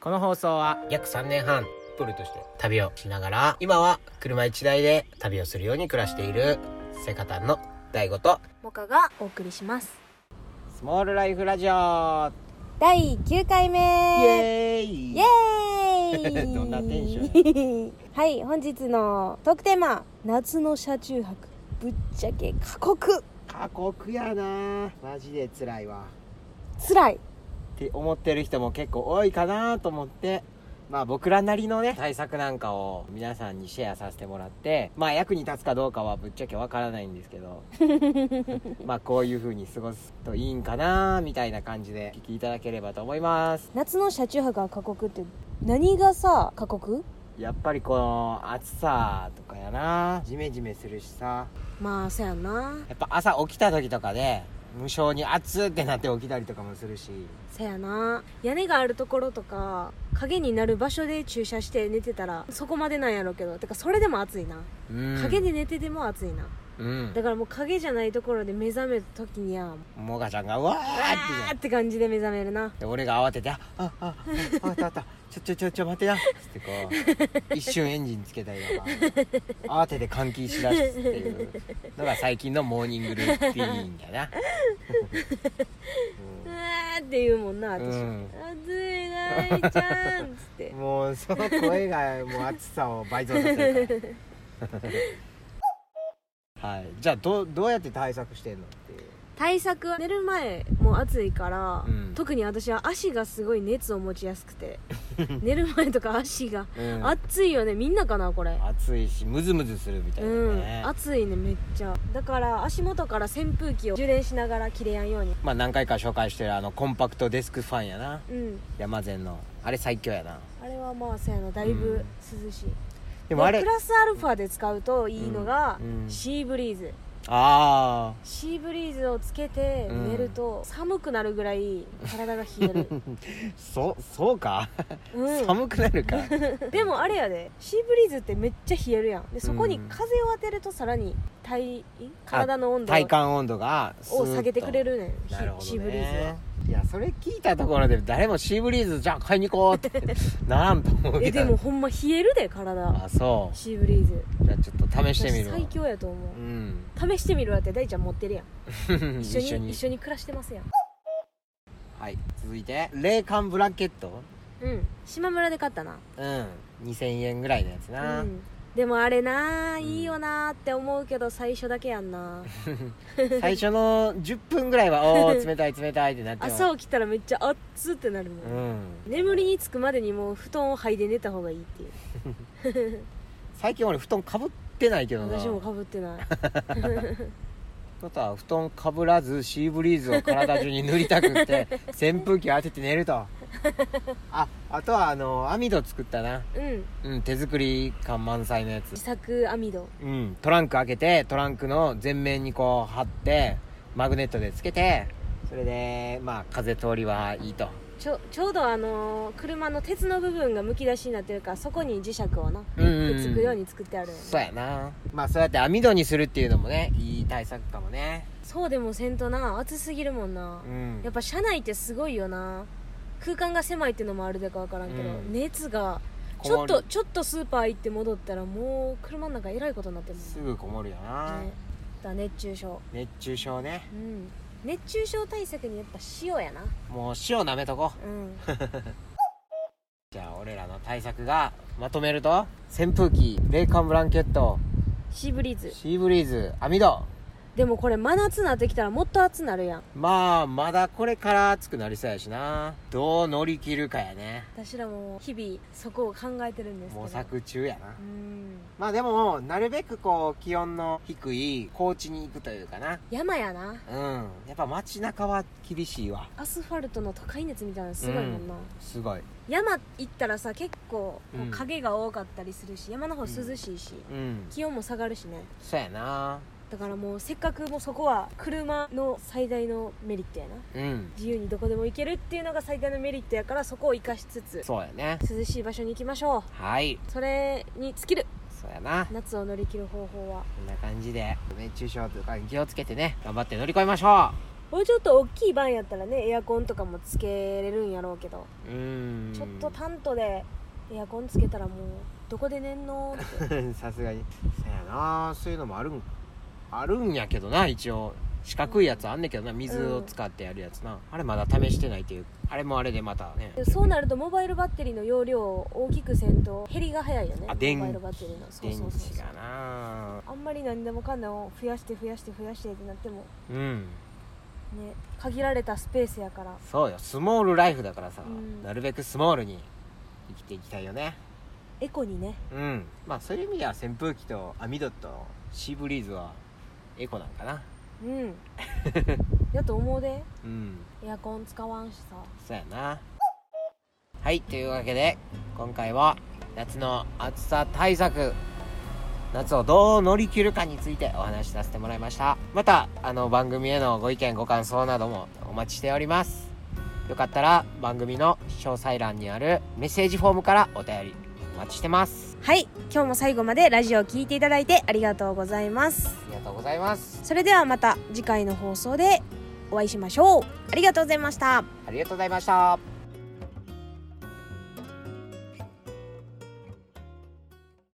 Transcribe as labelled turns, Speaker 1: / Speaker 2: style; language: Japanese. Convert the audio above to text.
Speaker 1: この放送は約3年半
Speaker 2: どれとして
Speaker 1: 旅をしながら今は車1台で旅をするように暮らしているセカタンの大悟と
Speaker 3: モカがお送りします
Speaker 1: スモールライフラジオ
Speaker 3: 第9回
Speaker 1: イ
Speaker 3: 目
Speaker 1: エーイ
Speaker 3: イエーイ
Speaker 1: どんなテンシ
Speaker 3: ョン はい本日のトークテーマ夏の車中泊ぶっちゃけ過酷
Speaker 1: 過酷やなマジで辛いわ
Speaker 3: 辛い
Speaker 1: って思ってる人も結構多いかなと思ってまあ僕らなりのね対策なんかを皆さんにシェアさせてもらってまあ役に立つかどうかはぶっちゃけわからないんですけど まあこういう風に過ごすといいんかなみたいな感じでお聞きいただければと思います
Speaker 3: 夏の車中泊が過酷って何がさ過酷
Speaker 1: やっぱりこの暑さとかやなジメジメするしさ
Speaker 3: まあそやな
Speaker 1: やっぱ朝起きた時とかで無性に暑ってなって起きたりとかもするし
Speaker 3: そやな屋根があるところとか影になる場所で駐車して寝てたらそこまでなんやろうけどてかそれでも暑いな
Speaker 1: うん
Speaker 3: 影で寝てても暑いな、
Speaker 1: うん
Speaker 3: だからもう影じゃないところで目覚めた時には
Speaker 1: もがちゃんがうわーって言う
Speaker 3: あーって感じで目覚めるな
Speaker 1: で俺が慌てて「あああああったあったちょちょちょちょ待てな」っつってこう一瞬エンジンつけたりとか慌てて換気しだすっていうのが最近のモーニングルーティーンだな、
Speaker 3: うわーって言うもんな私、
Speaker 1: うん
Speaker 3: 暑いなーいちゃんっつっ
Speaker 1: う
Speaker 3: て
Speaker 1: んもうその声がもう暑さを倍増させるからはいじゃあどうどうやって対策してんのっていう
Speaker 3: 対策は寝る前も暑いから、
Speaker 1: うん
Speaker 3: 特に私は足がすごい熱を持ちやす くて寝る前とか足が、
Speaker 1: うん
Speaker 3: 暑いよねみんなかなこれ、
Speaker 1: 暑いしムズムズするみたいうなんね、
Speaker 3: 暑いねめっちゃだから足元から扇風機を充電しながら切れやんように
Speaker 1: まあ何回か紹介してるあのコンパクトデスクファンやな
Speaker 3: うん
Speaker 1: 山善のあれ最強やな
Speaker 3: あれはまあそうやなだいぶ涼しい、
Speaker 1: でもあれ
Speaker 3: プラスアルファで使うといいのが、
Speaker 1: うんうん
Speaker 3: シーブリーズ
Speaker 1: ああ
Speaker 3: シーブリーズをつけて寝ると寒くなるぐらい体が冷 える、
Speaker 1: そそうか、
Speaker 3: うん
Speaker 1: 寒くなる か
Speaker 3: でもあれやでシーブリーズってめっちゃ冷えるやんでそこに風を当てるとさらに体ん体の温度
Speaker 1: 体感温度がスーッ
Speaker 3: を
Speaker 1: と
Speaker 3: 下げてくれるねん
Speaker 1: なるほど、ね、
Speaker 3: シーブリーズはい
Speaker 1: やそれ聞いたところで誰もシーブリーズじゃあ買いに行こうって ならんと思うけ
Speaker 3: え
Speaker 1: ど
Speaker 3: でもほんま冷えるで体
Speaker 1: あそ
Speaker 3: シーブリーズ
Speaker 1: うじゃあちょっと試してみるわ
Speaker 3: 私最強やと思
Speaker 1: う
Speaker 3: うん 試してみるわって大ちゃん持ってるやん一緒に一緒に暮らしてますやん
Speaker 1: はい続いて冷感ブランケット
Speaker 3: うん島村で買ったな
Speaker 1: うん2000円ぐらいのやつな、
Speaker 3: うんでもあれなあ
Speaker 1: ん
Speaker 3: いいよなあって思うけど最初だけやんな
Speaker 1: 最初の10分ぐらいはお お冷たい冷たいってなって
Speaker 3: 朝
Speaker 1: う
Speaker 3: 起きたらめっちゃ熱ってなるもん、
Speaker 1: うん
Speaker 3: 眠りにつくまでにもう布団を剥いで寝た方がいいっていう
Speaker 1: 最近俺布団かぶってないけどな
Speaker 3: 私もかぶっ てない
Speaker 1: あとは布団かぶらずシーブリーズを体中に塗りたくって 扇風機を当てて寝るとああとはあの網戸作ったな、
Speaker 3: うん
Speaker 1: うん、手作り感満載のやつ
Speaker 3: 自、作網戸
Speaker 1: うん、トランク開けてトランクの前面にこう貼ってマグネットでつけてそれでまあ風通りはいいと
Speaker 3: ちょちょうどあのー車の鉄の部分がむき出しになってるからそこに磁石を
Speaker 1: う
Speaker 3: な
Speaker 1: ん
Speaker 3: くっつくように作ってあるよね
Speaker 1: そうやなまあそうやって網戸にするっていうのもねいい対策かもね
Speaker 3: そうでもせんとな暑すぎるもんな
Speaker 1: う、ん
Speaker 3: やっぱ車内ってすごいよな空間が狭いっていうのもあるでか分からんけど、
Speaker 1: うん
Speaker 3: 熱がち
Speaker 1: こ
Speaker 3: ょ
Speaker 1: も
Speaker 3: っ
Speaker 1: る
Speaker 3: とちょっとスーパー行って戻ったらもう車の中えらいことになってるもん
Speaker 1: すぐこもるよな、
Speaker 3: ねだから熱中症
Speaker 1: 熱中症ね
Speaker 3: うん熱中症対策にやっぱ塩やな
Speaker 1: もう塩舐めとこう
Speaker 3: うん
Speaker 1: じゃあ俺らの対策がまとめると扇風機冷感ブランケット
Speaker 3: シーブリーズ
Speaker 1: シーブリーズ網戸
Speaker 3: でもこれ真夏なってきたらもっと暑なるやん
Speaker 1: まあまだこれから暑くなりそうやしなどう乗り切るかやね
Speaker 3: 私らも日々そこを考えてるんですけど
Speaker 1: 模索中やな
Speaker 3: うん
Speaker 1: まあでもなるべくこう気温の低い高地に行くというかな
Speaker 3: 山やな
Speaker 1: うんやっぱ街中は厳しいわ
Speaker 3: アスファルトの都会熱みたいなのすごいもんな、
Speaker 1: すごい
Speaker 3: 山行ったらさ結構こ
Speaker 1: うん
Speaker 3: う影が多かったりするし、山の方涼しいし、
Speaker 1: うん
Speaker 3: 気温も下がるしね
Speaker 1: そうやな
Speaker 3: だからもうせっかくもうそこは車の最大のメリットやな
Speaker 1: うん
Speaker 3: 自由にどこでも行けるっていうのが最大のメリットやからそこを生かしつつ
Speaker 1: そうやね
Speaker 3: 涼しい場所に行きましょ
Speaker 1: はいう
Speaker 3: それに尽きる
Speaker 1: そうやな
Speaker 3: 夏を乗り切る方法は
Speaker 1: こんな感じで熱中症とかに気をつけてね頑張って乗り越えましょう
Speaker 3: もうちょっと大きいバンやったらねエアコンとかもつけれるんやろうけど、
Speaker 1: うーん
Speaker 3: ちょっとタントでエアコンつけたらもうどこで寝んのっ て
Speaker 1: さすがにそやなそういうのもあるんあるんやけどな一応四角いやつあんねんけどな水を使ってやるやつな、あれまだ試してないっていうあれもあれでまたね
Speaker 3: でそうなるとモバイルバッテリーの容量を大きくせんと減りが早いよね
Speaker 1: あ電
Speaker 3: モバイルバッテリーのそう
Speaker 1: 電
Speaker 3: そうそう
Speaker 1: 池
Speaker 3: そう
Speaker 1: がな
Speaker 3: あんまり何でもかんでも増やして増やして増やしてってなっても
Speaker 1: うん
Speaker 3: ね限られたスペースやから
Speaker 1: そうよスモールライフだからさ、
Speaker 3: うん
Speaker 1: なるべくスモールに生きていきたいよね
Speaker 3: エコにね
Speaker 1: うんまあそういう意味では扇風機と網戸とシーブリーズはエコなんかな
Speaker 3: うん やと思うで
Speaker 1: うん
Speaker 3: エアコン使わんしさ
Speaker 1: そうやなはいというわけで今回は夏の暑さ対策夏をどう乗り切るかについてお話しさせてもらいましたまたあの番組へのご意見ご感想などもお待ちしておりますよかったら番組の詳細欄にあるメッセージフォームからお便りお待ちしてます
Speaker 3: はい今日も最後までラジオを聞いていただいてありがとうございます
Speaker 1: ありがとうございます
Speaker 3: それではまた次回の放送でお会いしましょうありがとうございました
Speaker 1: ありがとうございました